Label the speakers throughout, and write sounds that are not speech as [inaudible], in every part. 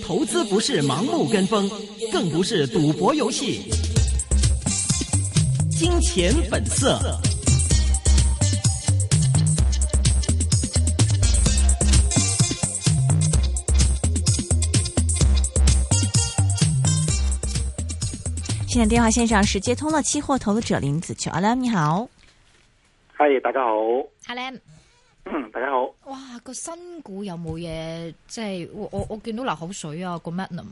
Speaker 1: 投资不是盲目跟风，更不是赌博游戏。金钱本色。
Speaker 2: 现在电话线上是接通了期货投资者林子球，阿兰你好，
Speaker 3: 嗨，大家好， [clears throat]
Speaker 4: 阿 Lam，
Speaker 3: 嗯，大家好，
Speaker 4: 哇個新股有冇嘢？即係我我我見到流口水啊！個 Magnum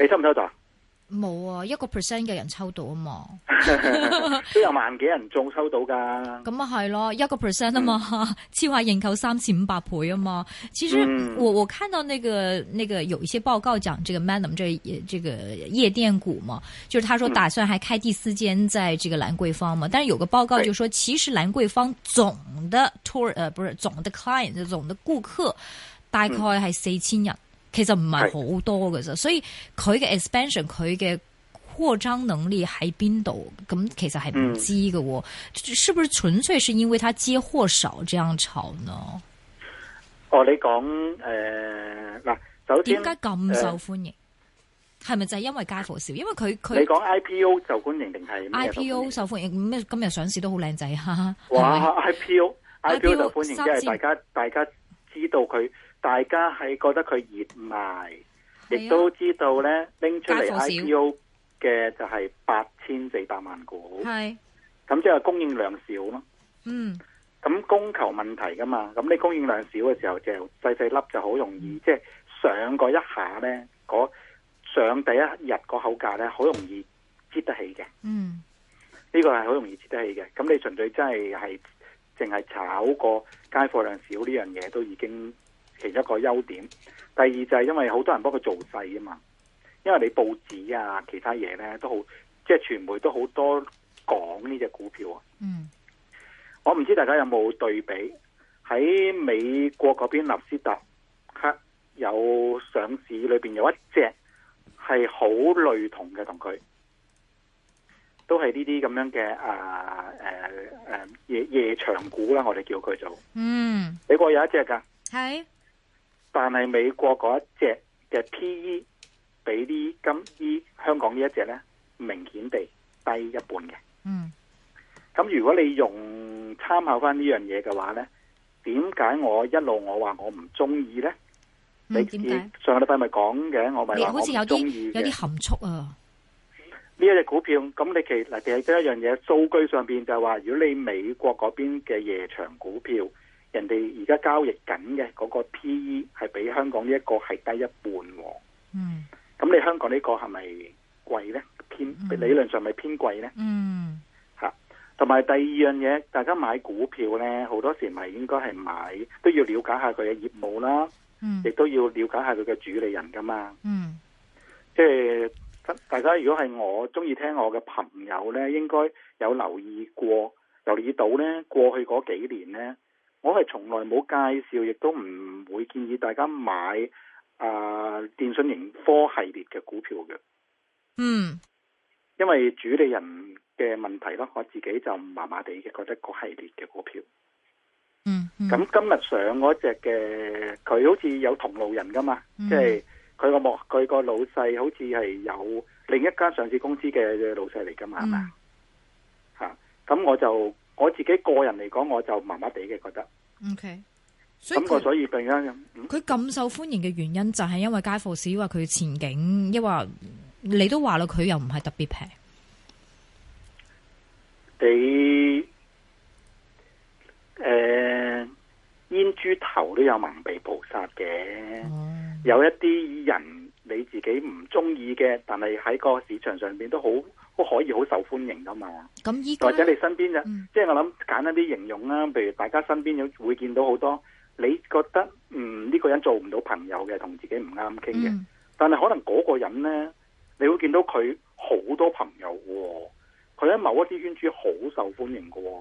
Speaker 3: 你收唔收到啊？
Speaker 4: 冇啊，一個 percent 嘅人抽到啊嘛，
Speaker 3: 都有萬幾人中收到噶，
Speaker 4: 咁啊係咯，一個 percent 啊嘛， [laughs] 超額認購三千五百倍啊嘛。其實
Speaker 3: 嗯
Speaker 4: 我我看到那個那個有一些報告講，這個 Magnum 這這個夜店股嘛，就是他說打算還開第四間在這個蘭桂坊嘛，但是有個報告
Speaker 3: 對
Speaker 4: 就說，其實蘭桂坊總的 tour 呃不是總的 client 總的顧客。大概係四千人，其實唔係好多嘅啫。所以佢嘅 expansion，佢嘅擴張能力喺邊度？咁其實係唔知嘅喎，是不是純粹是因為他接貨少這樣炒呢？
Speaker 3: 哦，你講誒嗱，首先
Speaker 4: 點解咁受歡迎？係咪就係因為街貨少？因為佢
Speaker 3: 你
Speaker 4: 佢
Speaker 3: 講 IPO 受歡迎定係咩受歡迎
Speaker 4: IPO 受歡迎，咩今日上市都好靚仔哈哈，係咪
Speaker 3: 哇，IPO IPO 受歡迎，即
Speaker 4: IPO
Speaker 3: 係大家大家知道佢，大家係覺得佢熱賣，亦都知道咧拎出嚟
Speaker 4: 啊街貨少
Speaker 3: IPO 嘅就係八千四百萬股，
Speaker 4: 係
Speaker 3: 咁即係供應量少咯。
Speaker 4: 嗯
Speaker 3: 咁供求問題噶嘛，咁你供應量少嘅時候就細細粒就好容易，即係上嗰一下呢，嗰上第一日嗰口價呢，好容易擠得起嘅，
Speaker 4: 嗯
Speaker 3: 呢個係好容易擠得起嘅。咁你純粹真係係淨係炒個街貨量少呢樣嘢，都已經其中一個優點。第二就係因為好多人幫佢做勢啊嘛，因為你報紙啊其他嘢呢都好，即係傳媒都好多講呢只股票啊。
Speaker 4: 嗯
Speaker 3: 我唔知大家有冇對比喺美國嗰邊納斯達克有上市，裏邊有一隻係好類同嘅，同佢都係呢啲咁樣嘅啊誒誒夜夜場股啦，我哋叫佢做
Speaker 4: 嗯
Speaker 3: 美國有一隻㗎，
Speaker 4: 係
Speaker 3: 但係美國嗰一隻嘅 P E 比呢今呢香港呢一隻呢，明顯地低一半嘅。
Speaker 4: 嗯
Speaker 3: 咁如果你用參考翻呢樣嘢嘅話呢，點解我一路我話我唔中意呢？你
Speaker 4: 嗯點解？
Speaker 3: 上個禮拜咪講嘅，我咪
Speaker 4: 你
Speaker 3: 話
Speaker 4: 好
Speaker 3: 我
Speaker 4: 似
Speaker 3: 唔
Speaker 4: 有啲
Speaker 3: 中意
Speaker 4: 有
Speaker 3: 嘅
Speaker 4: 啲
Speaker 3: 呢
Speaker 4: 含蓄啊，
Speaker 3: 一隻股票。咁你其嗱，其實都一樣嘢，數據上邊就係話，如果你美國嗰邊嘅夜場股票，人哋而家交易緊嘅嗰個 P E 係比香港呢一個係低一半喎。
Speaker 4: 嗯
Speaker 3: 咁你香港呢個係咪貴呢？偏
Speaker 4: 嗯
Speaker 3: 理論上咪偏貴呢？
Speaker 4: 嗯
Speaker 3: 同埋第二樣嘢，大家買股票呢，好多時咪應該係買都要了解下佢嘅業務啦，
Speaker 4: 嗯
Speaker 3: 亦都要了解下佢嘅主理人噶嘛。
Speaker 4: 嗯
Speaker 3: 即係大家如果係我中意聽我嘅朋友呢，應該有留意過、留意到呢過去嗰幾年呢，我係從來冇介紹，亦都唔會建議大家買啊、電訊盈科系列嘅股票嘅，
Speaker 4: 嗯
Speaker 3: 因為主理人嘅問題咯，我自己就麻麻地嘅覺得個系列嘅股票。
Speaker 4: 嗯嗯
Speaker 3: 咁今日上嗰只嘅，佢好似有同路人噶嘛，
Speaker 4: 嗯
Speaker 3: 即係佢個幕佢個老細好似係有另一間上市公司嘅老細嚟噶嘛，係咪
Speaker 4: 嗯
Speaker 3: 嚇？咁我就我自己個人嚟講，我就麻麻地嘅覺得，
Speaker 4: ，OK。所以
Speaker 3: 咁我
Speaker 4: 佢
Speaker 3: 所以突然間，嗯
Speaker 4: 佢咁受歡迎嘅原因就係因為街貨市，因為佢前景，因為你都話啦，佢又唔係特別平。
Speaker 3: 你誒煙豬頭都有盲被菩薩嘅。
Speaker 4: 哦，
Speaker 3: 有一啲人你自己唔中意嘅，但係喺個市場上邊都好好可以好受歡迎噶嘛。
Speaker 4: 咁依家
Speaker 3: 或者你身邊嘅，
Speaker 4: 哦嗯
Speaker 3: 即係我諗簡單啲形容啊啦，譬如大家身邊有會見到好多，你覺得嗯呢、個人做唔到朋友嘅，同自己唔啱傾嘅，
Speaker 4: 嗯
Speaker 3: 但係可能嗰個人呢，你會見到佢好多朋友喎、佢喺某一啲圈子好受歡迎嘅喎、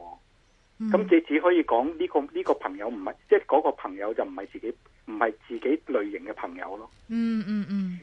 Speaker 4: 嗯
Speaker 3: 咁你只可以講呢、個呢、個朋友唔係，即係嗰個朋友就唔係自己唔係自己類型嘅朋友咯。
Speaker 4: 嗯嗯嗯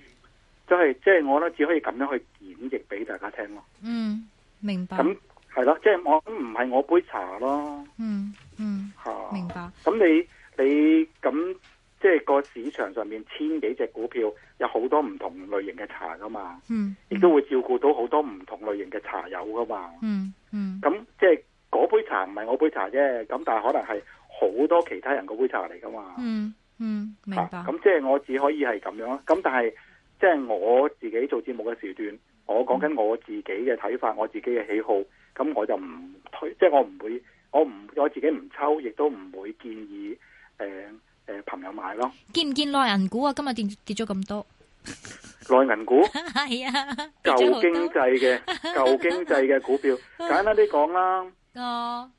Speaker 3: 即係即係，我覺得只可以咁樣去演繹俾大家聽咯。
Speaker 4: 嗯，明白。
Speaker 3: 咁係咯，即係我唔係我杯茶咯，
Speaker 4: 嗯嗯，
Speaker 3: 嚇、
Speaker 4: 明白。
Speaker 3: 咁你你咁係個市場上面千幾隻股票，有好多唔同類型嘅茶噶嘛，
Speaker 4: 嗯，
Speaker 3: 亦都會照顧到好多唔同類型嘅茶友噶嘛。
Speaker 4: 嗯嗯
Speaker 3: 咁即係嗰杯茶唔係我杯茶啫，咁但係可能係好多其他人嗰杯茶嚟噶嘛。
Speaker 4: 嗯嗯，明白。
Speaker 3: 啊咁、即係我只可以係咁樣咯。咁但係即係我自己做節目嘅時段，我講
Speaker 4: 嗯
Speaker 3: 緊我自己嘅睇法，我自己嘅喜好，咁我就唔推，即係我唔會，我唔我自己唔抽，亦都唔會建議誒誒、呃朋友買咯。
Speaker 4: 見唔見內銀股啊？今日跌跌咗咁多， [laughs]
Speaker 3: 內銀股
Speaker 4: 係啊，跌
Speaker 3: 舊
Speaker 4: 咗好
Speaker 3: 經
Speaker 4: 多。
Speaker 3: 濟
Speaker 4: [laughs]
Speaker 3: 嘅舊經濟嘅股票，簡單啲講啦，
Speaker 4: 哦，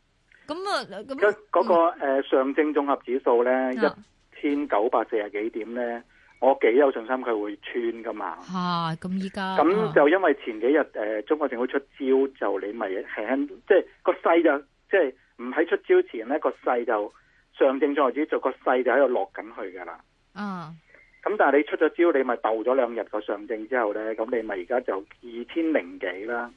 Speaker 4: 咁啊，咁
Speaker 3: 嗰嗰個呃上證綜合指數咧
Speaker 4: 啊
Speaker 3: 一千九百四十幾點咧，我幾有信心佢會穿噶嘛。
Speaker 4: 吓，啊咁依家
Speaker 3: 咁就因為前幾日誒、呃中國政府出招，就你咪輕即係個勢就即係唔喺出招前咧個勢就上證再指做個勢就喺度落緊去㗎啦。
Speaker 4: 啊，
Speaker 3: 咁但係你出咗招，你咪鬥咗兩日個上證之後咧，咁你咪而家就二千零幾啦。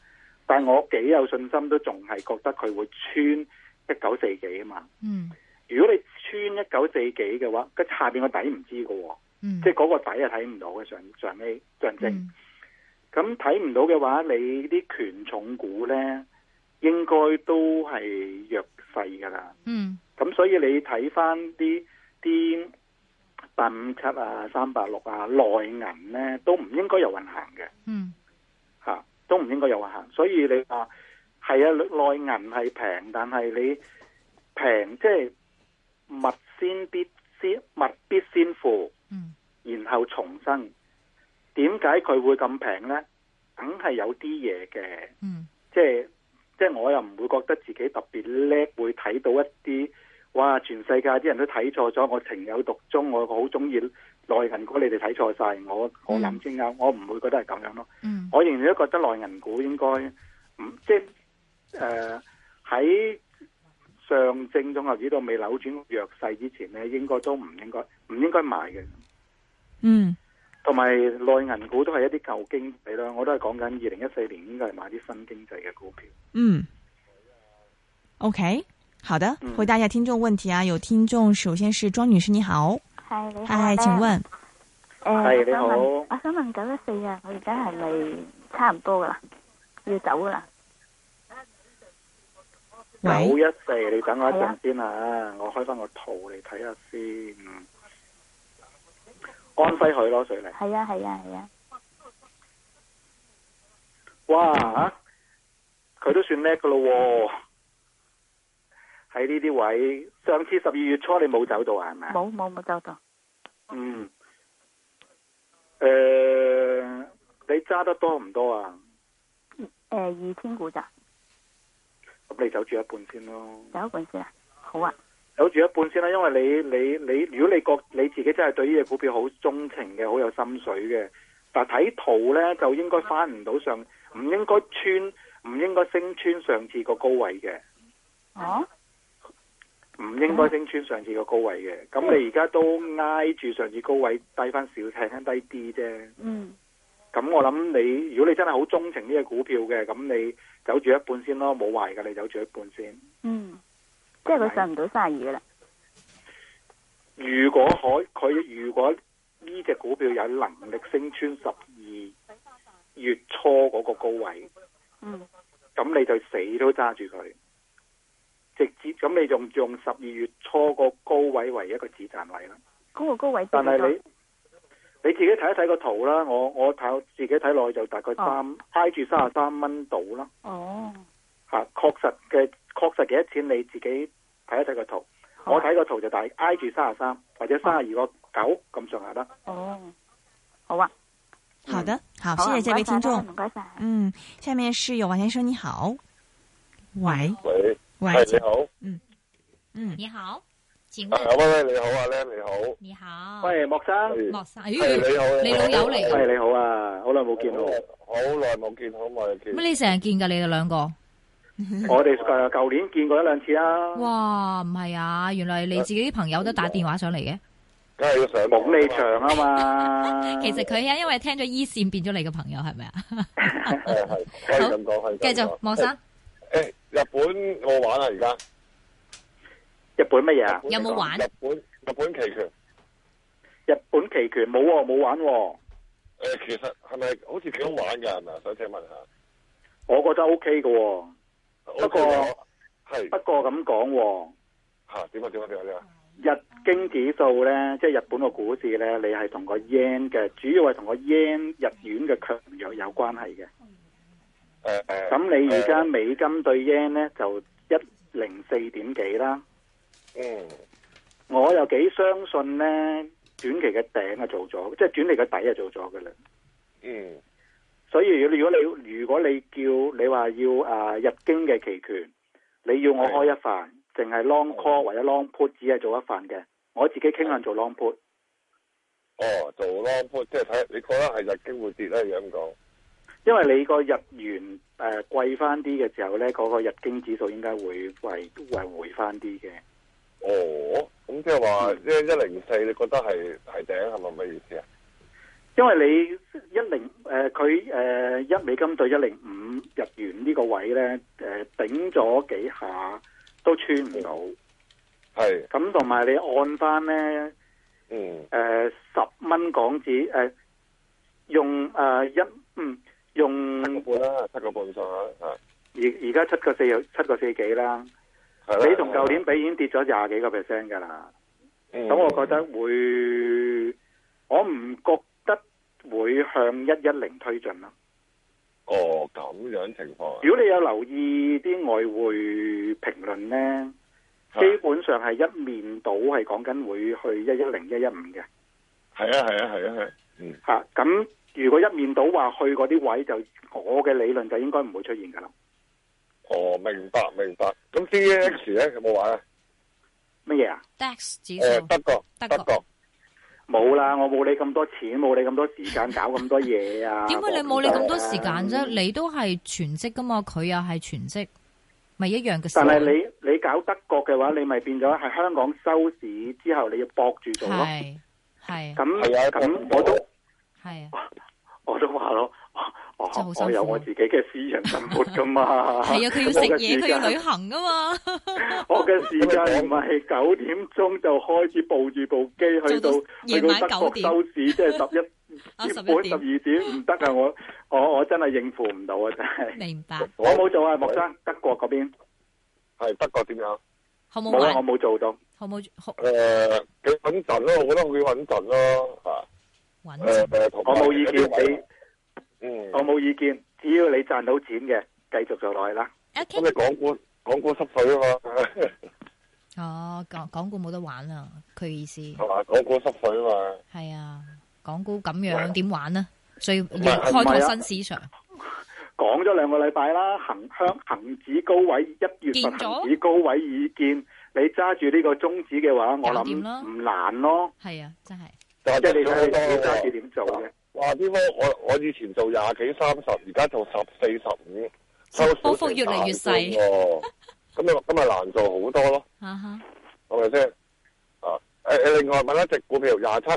Speaker 3: 但我幾有信心都仲係覺得佢會穿一九四幾啊嘛。
Speaker 4: 嗯
Speaker 3: 如果你穿一九四幾嘅話，佢下邊個底唔知㗎喎，
Speaker 4: 嗯，
Speaker 3: 即係嗰個底係睇唔到嘅上上 A 上證。
Speaker 4: 嗯
Speaker 3: 咁睇唔到嘅話，你啲權重股呢應該都係弱勢噶啦。
Speaker 4: 嗯
Speaker 3: 咁所以你睇翻啲啲八五七啊、三八六啊、內銀呢，都唔應該有運行嘅
Speaker 4: 嗯
Speaker 3: 嚇、啊都唔應該有運行。所以你話係啊，內銀係平，但係你平即係物先必先物必先負。
Speaker 4: 嗯
Speaker 3: 然後重生。點解佢會咁平呢？梗係有啲嘢嘅，
Speaker 4: 嗯
Speaker 3: 即係即係我又唔會覺得自己特別叻，會睇到一啲哇，全世界啲人都睇錯咗，我情有獨鍾，我好中意內銀股，你哋睇錯晒，我我諗先啱，我唔會覺得係咁樣咯。
Speaker 4: 嗯
Speaker 3: 我仍然都覺得內銀股應該唔即係誒喺上證綜合指數未扭轉弱勢之前呢，應該都唔應該唔應該買嘅。
Speaker 2: 嗯
Speaker 3: 同埋內銀股都係一啲舊經濟啦，我都係講緊二零一四年應該係買啲新經濟嘅股票。
Speaker 2: 嗯，OK，好的，
Speaker 3: 嗯
Speaker 2: 回答一下听众问题啊。有听众，首先是庄女士，你好，
Speaker 5: 系你好，
Speaker 2: 嗨，请，问，
Speaker 5: 诶、
Speaker 3: 係
Speaker 5: 我想
Speaker 3: 你好
Speaker 5: 問我想問九一四啊，我而家係咪差唔多噶啦？要走噶啦？
Speaker 3: 九
Speaker 2: 喂，
Speaker 3: 一四，你等我一陣先啊，我開翻個圖嚟睇下先。安徽海螺水泥，
Speaker 5: 係啊，係啊，係啊，
Speaker 3: 哇！啊佢都算叻噶咯喎，喺呢啲位，上次十二月初你冇走到啊，係咪啊？
Speaker 5: 冇冇冇走到，
Speaker 3: 嗯。誒、你揸得多唔多啊？
Speaker 5: 诶、呃二千股咋？
Speaker 3: 咁你走住一半先咯。
Speaker 5: 走一半先啊？好啊，
Speaker 3: 守住一半先啦，因為你你你，如果你覺你自己真係對呢只股票好鍾情嘅，好有心水嘅，但睇圖呢，就應該翻唔到上，唔應該穿，唔應該升穿上次個高位嘅，啊
Speaker 5: 哦，
Speaker 3: 唔應該升穿上次個高位嘅。咁嗯你而家都挨住上次高位低翻少，輕輕低啲啫。
Speaker 5: 嗯，
Speaker 3: 咁我諗你，如果你真係好鍾情呢只股票嘅，咁你走住一半先咯，冇壞㗎，你走住一半先。
Speaker 5: 嗯，即係佢上唔到卅二噶啦，
Speaker 3: 如果可佢如果呢只股票有能力升穿十二月初嗰個高位，
Speaker 5: 嗯，
Speaker 3: 咁你就死都揸住佢，直接咁你仲用十二月初個高位為一個止賺位啦。
Speaker 5: 高個高位
Speaker 3: 但
Speaker 5: 先
Speaker 3: 係
Speaker 5: 得
Speaker 3: 你你自己睇一睇個圖啦，我我睇自己睇落去就
Speaker 4: 哦
Speaker 3: 大概三挨住三十三蚊度啦，
Speaker 5: 哦，
Speaker 3: 嚇、確實嘅確實幾多錢你自己睇一睇個圖，
Speaker 5: 好啊
Speaker 3: 我睇個圖就大挨住三十三或
Speaker 4: 哦
Speaker 3: 者三十二個九咁上下啦。
Speaker 5: 哦，好啊，
Speaker 2: 好的，好，
Speaker 5: 好
Speaker 2: 谢
Speaker 5: 啊
Speaker 2: 谢这位听众。
Speaker 5: 唔該晒啦唔該晒，
Speaker 2: 嗯，下面是有王先生，你好，喂
Speaker 6: 喂，
Speaker 2: 喂
Speaker 6: 系你，好，
Speaker 2: 嗯，
Speaker 4: 你好，請
Speaker 6: 啊
Speaker 4: 問
Speaker 6: 喂喂你好啊 Lam 你好，
Speaker 4: 你好，
Speaker 3: 喂，莫生。
Speaker 4: 莫生，
Speaker 6: 系
Speaker 4: 咦
Speaker 6: 你好，
Speaker 4: 你老友嚟㗎
Speaker 3: 喂，你好啊，好耐冇見咯。
Speaker 6: 好耐冇見，好耐冇見
Speaker 4: 乜，你成日見㗎？你哋兩個？
Speaker 3: 我哋誒舊年見過一兩次啊。
Speaker 4: 哇，唔係啊，原來你自己啲朋友都打電話上嚟嘅。
Speaker 6: 梗係要上
Speaker 3: 捧你場啊嘛。
Speaker 4: [laughs] 其實佢係因為聽咗依線變咗你嘅朋友，係咪啊？
Speaker 6: [laughs]
Speaker 4: [laughs]
Speaker 6: 係係可以咁講，可以咁講
Speaker 4: 繼續，莫生。
Speaker 6: 誒日本我玩啊而家，
Speaker 3: 日本乜嘢啊？
Speaker 4: 有冇玩
Speaker 6: 日本日本期權
Speaker 3: 日本期權冇喎，冇玩喎，
Speaker 6: 诶、其實係咪好似幾好玩㗎？係咪？想請問下。
Speaker 3: 我覺得 O K 嘅喎。不過
Speaker 6: 係
Speaker 3: 不過咁講喎，
Speaker 6: 吓點啊點啊點啊點啊！
Speaker 3: 日經指數咧，即係日本個股市咧，你係同個 yen 嘅，主要係同個 yen 日元嘅強弱有關係嘅。
Speaker 6: 诶诶，
Speaker 3: 咁你而家
Speaker 6: 誒
Speaker 3: 美金對 yen 咧就一零四點幾啦，
Speaker 6: 嗯
Speaker 3: 我又幾相信咧短期嘅頂啊做咗，即係短期嘅底啊做咗嘅啦。
Speaker 6: 嗯
Speaker 3: 所以如果你如果你叫你話要啊、入京嘅期權，你要我開一份，淨係 long call 或者 long put 只係做一份嘅，我自己傾向做 long put。
Speaker 6: 哦做 long put 即係睇你覺得係日經會跌咧？如果
Speaker 3: 因為你個日元誒、呃、貴翻啲嘅時候呢，嗰、個日經指數應該會為為回翻啲嘅。
Speaker 6: 咁講，哦咁即係話
Speaker 3: 嗯
Speaker 6: 即係一零四，你覺得係係頂係咪咩意思啊？
Speaker 3: 因為你一零誒佢呃誒一美金對一零五日元呢個位呢，誒、頂咗幾下都穿唔到。
Speaker 6: 係
Speaker 3: 咁同埋你按翻呢
Speaker 6: 嗯
Speaker 3: 誒十蚊港紙誒、呃用誒、呃一嗯用
Speaker 6: 七個半啦，七個半上下啊
Speaker 3: 而而家七個四又七個四幾啦，
Speaker 6: 係啦
Speaker 3: 你同舊年比已經跌咗廿幾個 percent 㗎啦。
Speaker 6: 嗯
Speaker 3: 咁我覺得會，我唔覺得會向一一零推進啦。
Speaker 6: 哦咁樣情況啊，
Speaker 3: 如果你有留意啲外匯評論呢，
Speaker 6: 啊
Speaker 3: 基本上係一面倒係講緊會去一一零、一一五嘅
Speaker 6: 係啊係啊係啊係啊，嗯
Speaker 3: 嚇。咁、如果一面倒話去嗰啲位，就我嘅理論就應該唔會出現㗎啦。
Speaker 6: 哦明白明白。咁 D X 咧有冇玩啊？
Speaker 3: 乜嘢啊？
Speaker 4: DAX 指
Speaker 6: 誒
Speaker 4: 數
Speaker 6: 德國
Speaker 4: 德
Speaker 6: 德
Speaker 4: 國
Speaker 6: 國
Speaker 3: 冇啦，我冇你咁多錢，冇你咁多時間搞咁多嘢啊！
Speaker 4: 點解你冇你咁多時間啫？
Speaker 3: 啊
Speaker 4: 你都係全職噶嘛，佢又係全職，咪一樣嘅事
Speaker 3: 但
Speaker 4: 咯。
Speaker 3: 係你你搞德國嘅話，你咪變咗係香港收市之後，你要搏住做咯。
Speaker 4: 係係
Speaker 3: 咁
Speaker 6: 係啊
Speaker 3: 嗯咁我都
Speaker 4: 係啊，
Speaker 3: 我都話咯，我
Speaker 4: 真係好辛苦
Speaker 3: 我有我自己嘅私人生活噶嘛。
Speaker 4: 係啊，佢要食嘢，佢要旅行噶嘛，
Speaker 3: 我嘅時間。我嘅時間唔係九點鐘就開始抱住部機去到
Speaker 4: 做到夜
Speaker 3: 去
Speaker 4: 晚
Speaker 3: 到德國
Speaker 4: 9點
Speaker 3: 收市，
Speaker 4: [laughs]
Speaker 3: 即係十一
Speaker 4: 啊
Speaker 3: 點
Speaker 4: 十一
Speaker 3: 半十
Speaker 4: 點，
Speaker 3: 二點唔得啊！我我我真係應付唔到啊！真係。
Speaker 4: 明白，
Speaker 3: 我冇做啊，莫生，德國嗰邊
Speaker 6: 係德國點樣？
Speaker 4: 好冇
Speaker 3: 冇啊，我
Speaker 4: 玩，
Speaker 3: 冇做到。
Speaker 4: 好冇好
Speaker 6: 誒、幾穩陣咯，我覺得佢穩陣咯，嚇
Speaker 4: 穩
Speaker 6: 誒
Speaker 4: 陣，
Speaker 6: 誒，同埋
Speaker 3: 我冇意見，
Speaker 6: 有啲
Speaker 3: 你
Speaker 6: 位嗯，
Speaker 3: 我冇意見，只要你賺到錢嘅，繼續做落去啦。
Speaker 6: 咁
Speaker 4: OK，
Speaker 6: 你港股港股濕水啊嘛，
Speaker 4: 哦，港港股冇得玩啦，佢意思
Speaker 6: 係嘛？港股濕水啊嘛，
Speaker 4: 係啊，港股咁樣點玩呢？所以要
Speaker 6: 唔係
Speaker 3: 唔係
Speaker 4: 開拓
Speaker 3: 啊
Speaker 4: 新市場，
Speaker 3: 講咗兩個禮拜啦，恒香恒指高位一月份
Speaker 4: 見咗
Speaker 3: 恒指高位已見，你揸住呢個中指嘅話，我
Speaker 4: 搞
Speaker 3: 諗
Speaker 4: 掂啦
Speaker 3: 唔難咯，
Speaker 4: 係啊，真係。
Speaker 6: 但
Speaker 3: 即係
Speaker 6: 係
Speaker 3: 你睇你自己揸住
Speaker 6: 揸
Speaker 3: 點做嘅。
Speaker 6: 哇！啲波我我以前做廿幾三十，而家做十四十五，
Speaker 4: 波幅越嚟越細
Speaker 6: 喎。咁你咁咪難做好多咯，
Speaker 4: 啊哈，
Speaker 6: 係咪先？啊！誒誒，另外問一隻股票廿七，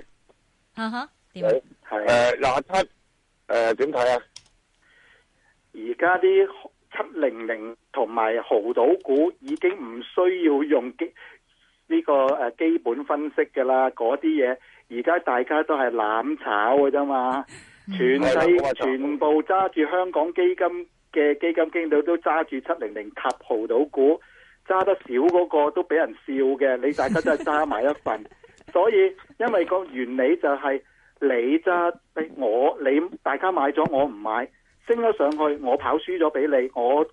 Speaker 4: 啊哈，點啊
Speaker 6: 誒
Speaker 3: 係
Speaker 6: 廿七，誒點睇啊？
Speaker 3: 而家啲七零零同埋濠賭股已經唔需要用基呢、個誒基本分析㗎啦，嗰啲嘢而家大家都係攬炒㗎啫嘛，
Speaker 4: 嗯
Speaker 3: 全
Speaker 6: 係啦冇話
Speaker 3: 世
Speaker 6: 炒
Speaker 3: 全部揸住香港基金嘅基金經理都揸住七零零及濠賭股，揸得少嗰個都俾人笑嘅，你大家都係揸埋一份，所以因為個原理就係、你揸你我你大家買咗我唔買，升咗上去我跑輸咗俾你，我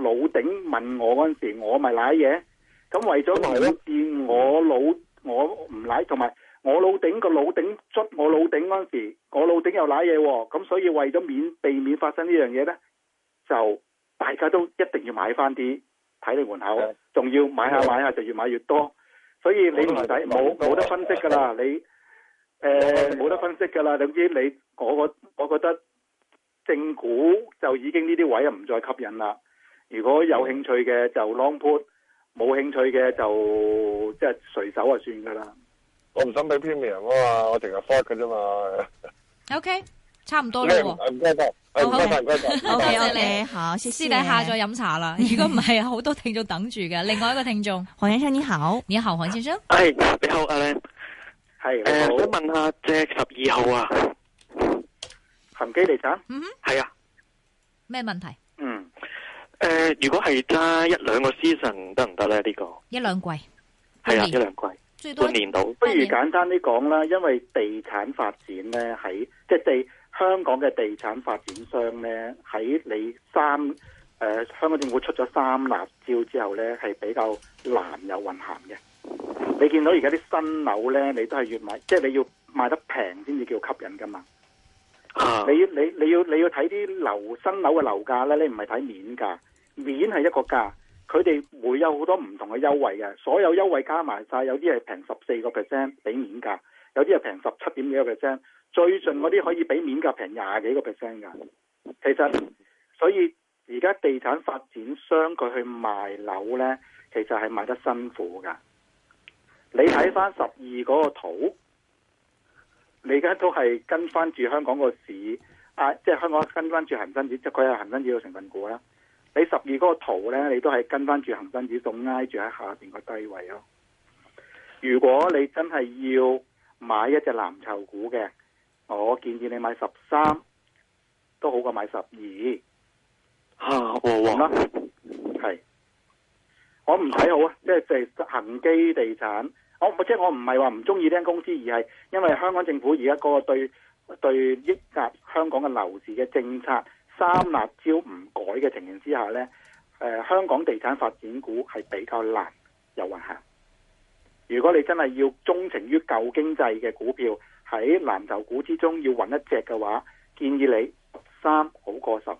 Speaker 3: 老頂問我嗰陣時我咪賴嘢，咁為咗
Speaker 6: 咁咪係咯
Speaker 3: 唔見我老我唔賴，同埋我老頂個老頂捽我老頂嗰陣時，我老頂又賴嘢喎，咁所以為咗免避免發生呢樣嘢呢，就大家都一定要買翻啲睇你門口啊
Speaker 6: 係，啊
Speaker 3: 仲要買下買下就越買越多，所以你唔使冇冇得分析㗎啦，你。誒冇得分析㗎啦，總之你我覺我覺得正股就已經呢啲位啊唔再吸引啦。如果有興趣嘅就 long put，冇興趣嘅就即係隨手就算㗎啦。
Speaker 6: 我唔想俾 premium 啊嘛，我淨係 f o r 嘅啫嘛。
Speaker 4: ？OK，差唔多啦喎。
Speaker 6: 唔該晒，誒唔該晒，唔該晒。
Speaker 4: 好
Speaker 2: OK
Speaker 4: 謝謝
Speaker 2: OK，
Speaker 4: 你
Speaker 2: 好，谢
Speaker 4: 私
Speaker 2: 谢。
Speaker 4: 底下再飲茶啦。如果唔係，好多聽眾等住嘅。另外一個聽眾，
Speaker 2: 黄先生你好，
Speaker 4: 你好，黃先生，
Speaker 7: 哎，你好阿 l
Speaker 3: 係
Speaker 7: 诶、
Speaker 3: 你
Speaker 7: 想
Speaker 3: 好，
Speaker 7: 問下隻十二號啊，
Speaker 3: 恒基地產，
Speaker 7: 係啊，
Speaker 4: 咩問題？
Speaker 3: 嗯，
Speaker 7: 诶、如果係揸一兩個 season 得唔得咧？呢、個
Speaker 4: 一兩季，
Speaker 7: 係啊，
Speaker 4: 半
Speaker 7: 一
Speaker 4: 年
Speaker 7: 兩季，
Speaker 4: 最多
Speaker 7: 半年到，
Speaker 3: 不如
Speaker 4: 明
Speaker 3: 簡單啲講啦，因為地產發展呢，喺即係地香港嘅地產發展商呢，喺你三誒、呃香港政府出咗三辣椒之後呢，係比較難有運行嘅。你見到而家啲新樓呢，你都係越買，即係你要賣得平先至叫吸引噶嘛。
Speaker 7: 啊
Speaker 3: 你你你要你要睇啲樓新樓嘅樓價咧，你唔係睇面價，面係一個價，佢哋會有好多唔同嘅優惠嘅，所有優惠加埋晒，有啲係平十四個 percent 俾面價，有啲係平十七點幾個 percent，最盡嗰啲可以俾面價平廿幾個 percent 㗎。其實所以而家地產發展商佢去賣樓咧，其實係賣得辛苦㗎。你睇翻十二嗰個圖。你而家都係跟翻住香港個市啊，即係香港跟翻住恒生指，即係佢係恒生指數成分股啦。你十二嗰個圖咧，你都係跟翻住恒生指數挨住喺下邊個低位咯。如果你真係要買一隻藍籌股嘅，我建議你買十三都好過買十二。
Speaker 7: 吓，啊和
Speaker 3: 啦
Speaker 7: 和，
Speaker 3: 係，我唔睇好啊，即係即係恒基地產，我唔即係我唔係話唔中意呢間公司，而係因為香港政府而家嗰個對對抑壓香港嘅樓市嘅政策三辣椒唔改嘅情形之下呢，誒、香港地產發展股係比較難有運行。如果你真係要鍾情於舊經濟嘅股票，喺藍籌股之中要揾一隻嘅話，建議你三好過十二。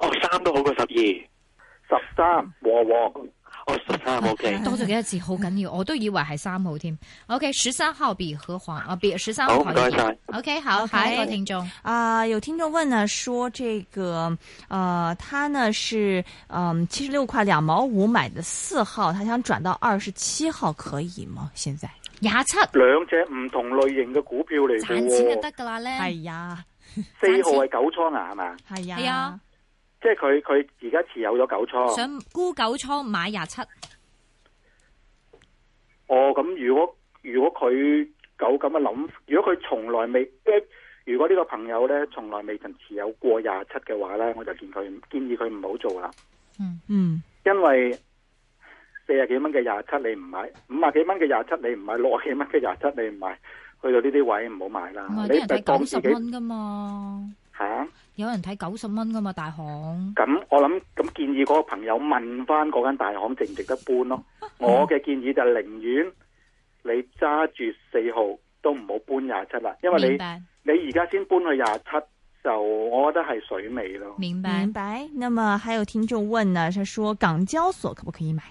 Speaker 7: 哦，三都好過十二，
Speaker 3: 十三和和，
Speaker 7: 哦，十三 OK，
Speaker 4: 多咗幾多字好緊要，我都以為係三號添。OK，十三號比和黃啊，比十三
Speaker 7: 好
Speaker 4: 號
Speaker 7: 唔該晒。
Speaker 4: OK，好
Speaker 2: OK
Speaker 4: 下一個聽眾，
Speaker 2: 啊、有听众问呢，说这个呃，他呢是嗯七十六块两毛五买的四号，他想转到二十七号，可以吗？现在？
Speaker 4: 廿七
Speaker 3: 兩隻唔同類型嘅股票嚟嘅
Speaker 4: 賺錢就
Speaker 3: 喎。
Speaker 4: 得㗎啦咧。
Speaker 2: 系哎呀，
Speaker 3: 四號係九倉啊，係嘛？
Speaker 2: 系呀，
Speaker 4: 係呀，
Speaker 3: 即係佢佢而家持有咗九倉。
Speaker 4: 想沽九倉買廿七，
Speaker 3: 哦，咁如果如果佢有咁嘅諗，如果佢從來未即係如果呢個朋友咧從來未曾持有過廿七嘅話咧，我就建佢建議佢唔好做啦，
Speaker 2: 嗯，
Speaker 3: 因為四十幾蚊嘅廿七你唔買，五十幾蚊嘅廿七你唔買，六十幾蚊嘅廿七你唔買，去到呢啲位唔好買啦
Speaker 4: 唔。係
Speaker 3: 啊你
Speaker 4: 啲人睇
Speaker 3: 當
Speaker 4: 九
Speaker 3: 自
Speaker 4: 十
Speaker 3: 己
Speaker 4: 蚊㗎嘛，
Speaker 3: 嚇。
Speaker 4: 有人睇九十蚊㗎嘛，大行。
Speaker 3: 咁我諗咁建議嗰個朋友問翻嗰間大行值唔值得搬咯。我嘅建議就係寧願你揸住四號都唔好搬廿七啦，因為
Speaker 4: 明
Speaker 3: 你
Speaker 4: 白，
Speaker 3: 你而家先搬去廿七，就我覺得係水尾咯。
Speaker 4: 明白
Speaker 2: 明。白。那么还有听众问呢，他说港交所可不可以买？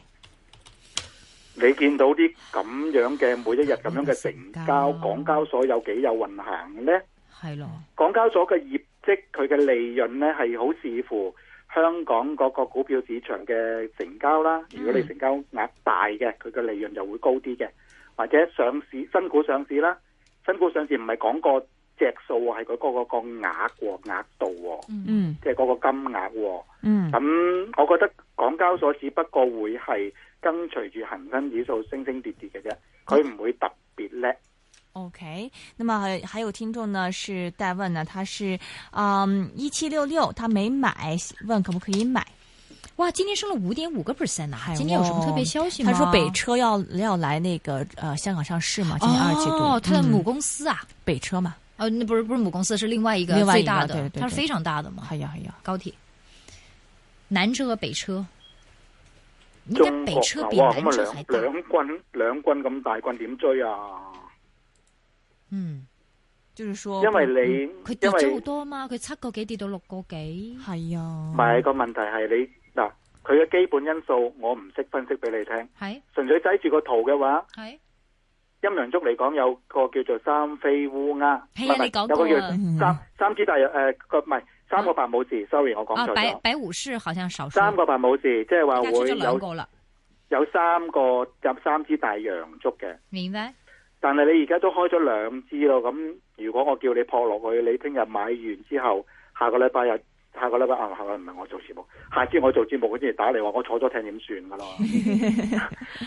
Speaker 3: 你見到啲咁樣嘅每一日咁樣嘅成交，
Speaker 4: 成交
Speaker 3: 港交所有幾有運行呢？
Speaker 4: 係咯，
Speaker 3: 港交所嘅業績，佢嘅利潤呢係好視乎香港嗰個股票市場嘅成交啦。如果你成交額大嘅，佢嘅利潤就會高啲嘅。或者上市新股上市啦，新股上市唔係講個隻數喎，係佢嗰個個額喎額度喎，
Speaker 4: 嗯，
Speaker 2: 嗯
Speaker 3: 即係嗰個金額喎。
Speaker 2: 嗯
Speaker 3: 咁我覺得港交所只不過會係跟隨住恒生指數升升跌跌嘅啫，佢唔會特別叻。
Speaker 2: ，OK。那么还还有听众呢是代问呢，他是嗯一七六六，他没买，问可不可以买？
Speaker 4: 哇，今天升了五点五个 percent 啊
Speaker 2: 哎！
Speaker 4: 今天有什么特别消息吗？
Speaker 2: 他说北车要要来那个呃香港上市嘛，今年二季度，
Speaker 4: 哦，他的母
Speaker 2: 嗯
Speaker 4: 公司啊，
Speaker 2: 北车嘛，
Speaker 4: 呃，那不是不是母公司，是另外一个
Speaker 2: 另外一
Speaker 4: 最
Speaker 2: 个
Speaker 4: 大的，
Speaker 2: 对对对
Speaker 4: 它是非常大的嘛，
Speaker 2: 哎呀哎呀，
Speaker 4: 高铁，南车和北车，应该
Speaker 3: 中
Speaker 4: 北
Speaker 3: 國
Speaker 4: 车比
Speaker 3: 牛啊，
Speaker 4: 南
Speaker 3: 咁
Speaker 4: 车
Speaker 3: 啊
Speaker 4: 还大
Speaker 3: 兩，兩棍兩棍咁大棍點追啊？
Speaker 4: 哦嗯，
Speaker 2: 就是说，
Speaker 3: 因為你
Speaker 4: 佢跌
Speaker 3: 因為
Speaker 4: 咗好多啊嘛，佢七個幾跌到六個幾，
Speaker 2: 系呀，
Speaker 3: 唔係個問題係你嗱，佢嘅基本因素我唔識分析俾你聽，
Speaker 4: 係
Speaker 3: 純粹睇住個圖嘅話，
Speaker 4: 係
Speaker 3: 陰陽燭嚟講有個叫做三飛烏鴉，
Speaker 4: 係啊
Speaker 3: 唔係
Speaker 4: 你講
Speaker 3: 有個
Speaker 4: 過
Speaker 3: 叫
Speaker 4: 啊
Speaker 3: 三三支大誒個唔係三個白武士，sorry 我講
Speaker 4: 啊
Speaker 3: 錯，
Speaker 4: 白
Speaker 3: 咗，
Speaker 4: 白武士好像少數，
Speaker 3: 三個白武士即係話
Speaker 4: 而家出
Speaker 3: 會
Speaker 4: 咗兩
Speaker 3: 有
Speaker 4: 個啦，
Speaker 3: 有三個有三支大陽燭嘅。
Speaker 4: 明白？
Speaker 3: 但係你而家都開咗兩支咯，咁如果我叫你撲落去，你聽日買完之後，下個禮拜日，下個禮拜啊，下個唔係我做節目，下次我做節目佢先嚟打嚟話我坐咗艇點算噶咯？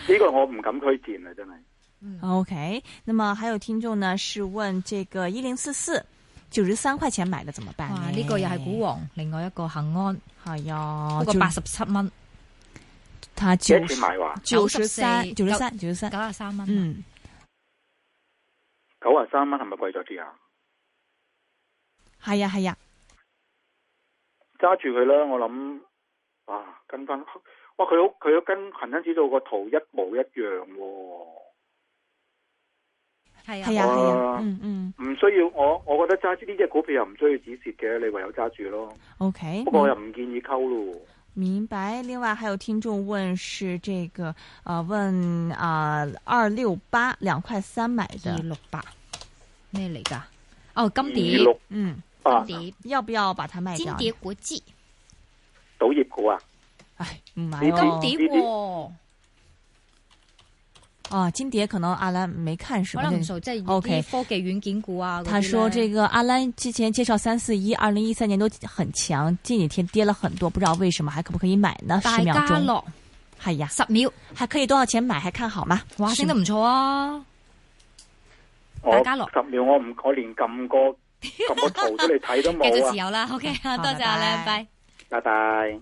Speaker 3: 呢個我唔敢推薦啊，真係。
Speaker 2: OK，那么还有听众呢是问这个一零四四九十三块钱买的怎么办呢？
Speaker 4: 哇！呢個又係股王，另外一個恒安，
Speaker 2: 哎呀
Speaker 4: 嗰，個
Speaker 2: 就
Speaker 4: 八十七蚊，
Speaker 2: 他
Speaker 3: 几
Speaker 2: 九
Speaker 3: 多钱买话？
Speaker 2: 九十三
Speaker 4: 94
Speaker 2: 九十三九十三，
Speaker 4: 九啊三蚊。
Speaker 2: 嗯，
Speaker 3: 九啊三蚊係咪貴咗啲啊？
Speaker 2: 系呀系呀，
Speaker 3: 揸住佢啦，我諗啊，跟翻哇，佢好佢跟恒生指數個圖一模一樣喎、
Speaker 4: 係啊，
Speaker 2: 系呀系呀
Speaker 3: 哇，
Speaker 2: 嗯嗯
Speaker 3: 唔需要我，我覺得揸住呢只股票又唔需要止蝕嘅，你唯有揸住咯。
Speaker 2: ，OK，
Speaker 3: 不過我又唔建議溝咯。
Speaker 2: 明白。另外还有听众问是这个呃问啊二六八两块三买
Speaker 4: 二
Speaker 2: 的，
Speaker 4: 六八咩嚟㗎？哦，金
Speaker 3: 二
Speaker 4: 蝶，
Speaker 3: 六
Speaker 2: 嗯，
Speaker 3: 八
Speaker 4: 金蝶，
Speaker 2: 要不要把它卖
Speaker 4: 金
Speaker 2: 掉？
Speaker 4: 蝶國際，
Speaker 3: 賭業股啊，
Speaker 2: 哎，唔买
Speaker 3: 金
Speaker 4: 金
Speaker 2: 哦。
Speaker 4: 蝶喎，
Speaker 2: 啊，金蝶可能阿兰没看是
Speaker 4: 可
Speaker 2: 吧？
Speaker 4: 能唔
Speaker 2: 这
Speaker 4: 熟，即係啲
Speaker 2: OK
Speaker 4: 科技軟件股啊。
Speaker 2: 他说：“这
Speaker 4: 個
Speaker 2: 个阿兰之前介绍三四一，二零一三年都很强，近几天跌了很多，不知道为什么，还可不可以买呢？
Speaker 4: 大
Speaker 2: 十秒
Speaker 4: 家
Speaker 2: 钟，
Speaker 4: 樂
Speaker 2: 哎呀，
Speaker 4: 十秒，
Speaker 2: 还可以多少钱买？还看好吗？
Speaker 4: 哇，
Speaker 2: 是
Speaker 4: 升
Speaker 2: 吗
Speaker 4: 得唔錯啊！
Speaker 3: 我
Speaker 4: 大家樂
Speaker 3: 十秒我唔我連撳
Speaker 4: [laughs]
Speaker 3: 個撳個圖出嚟睇都
Speaker 4: 繼續持
Speaker 3: 冇啊！
Speaker 4: [laughs] 有啦，OK，多
Speaker 2: 好
Speaker 4: 謝阿
Speaker 2: 拜拜
Speaker 4: 靚，拜。
Speaker 3: 拜拜。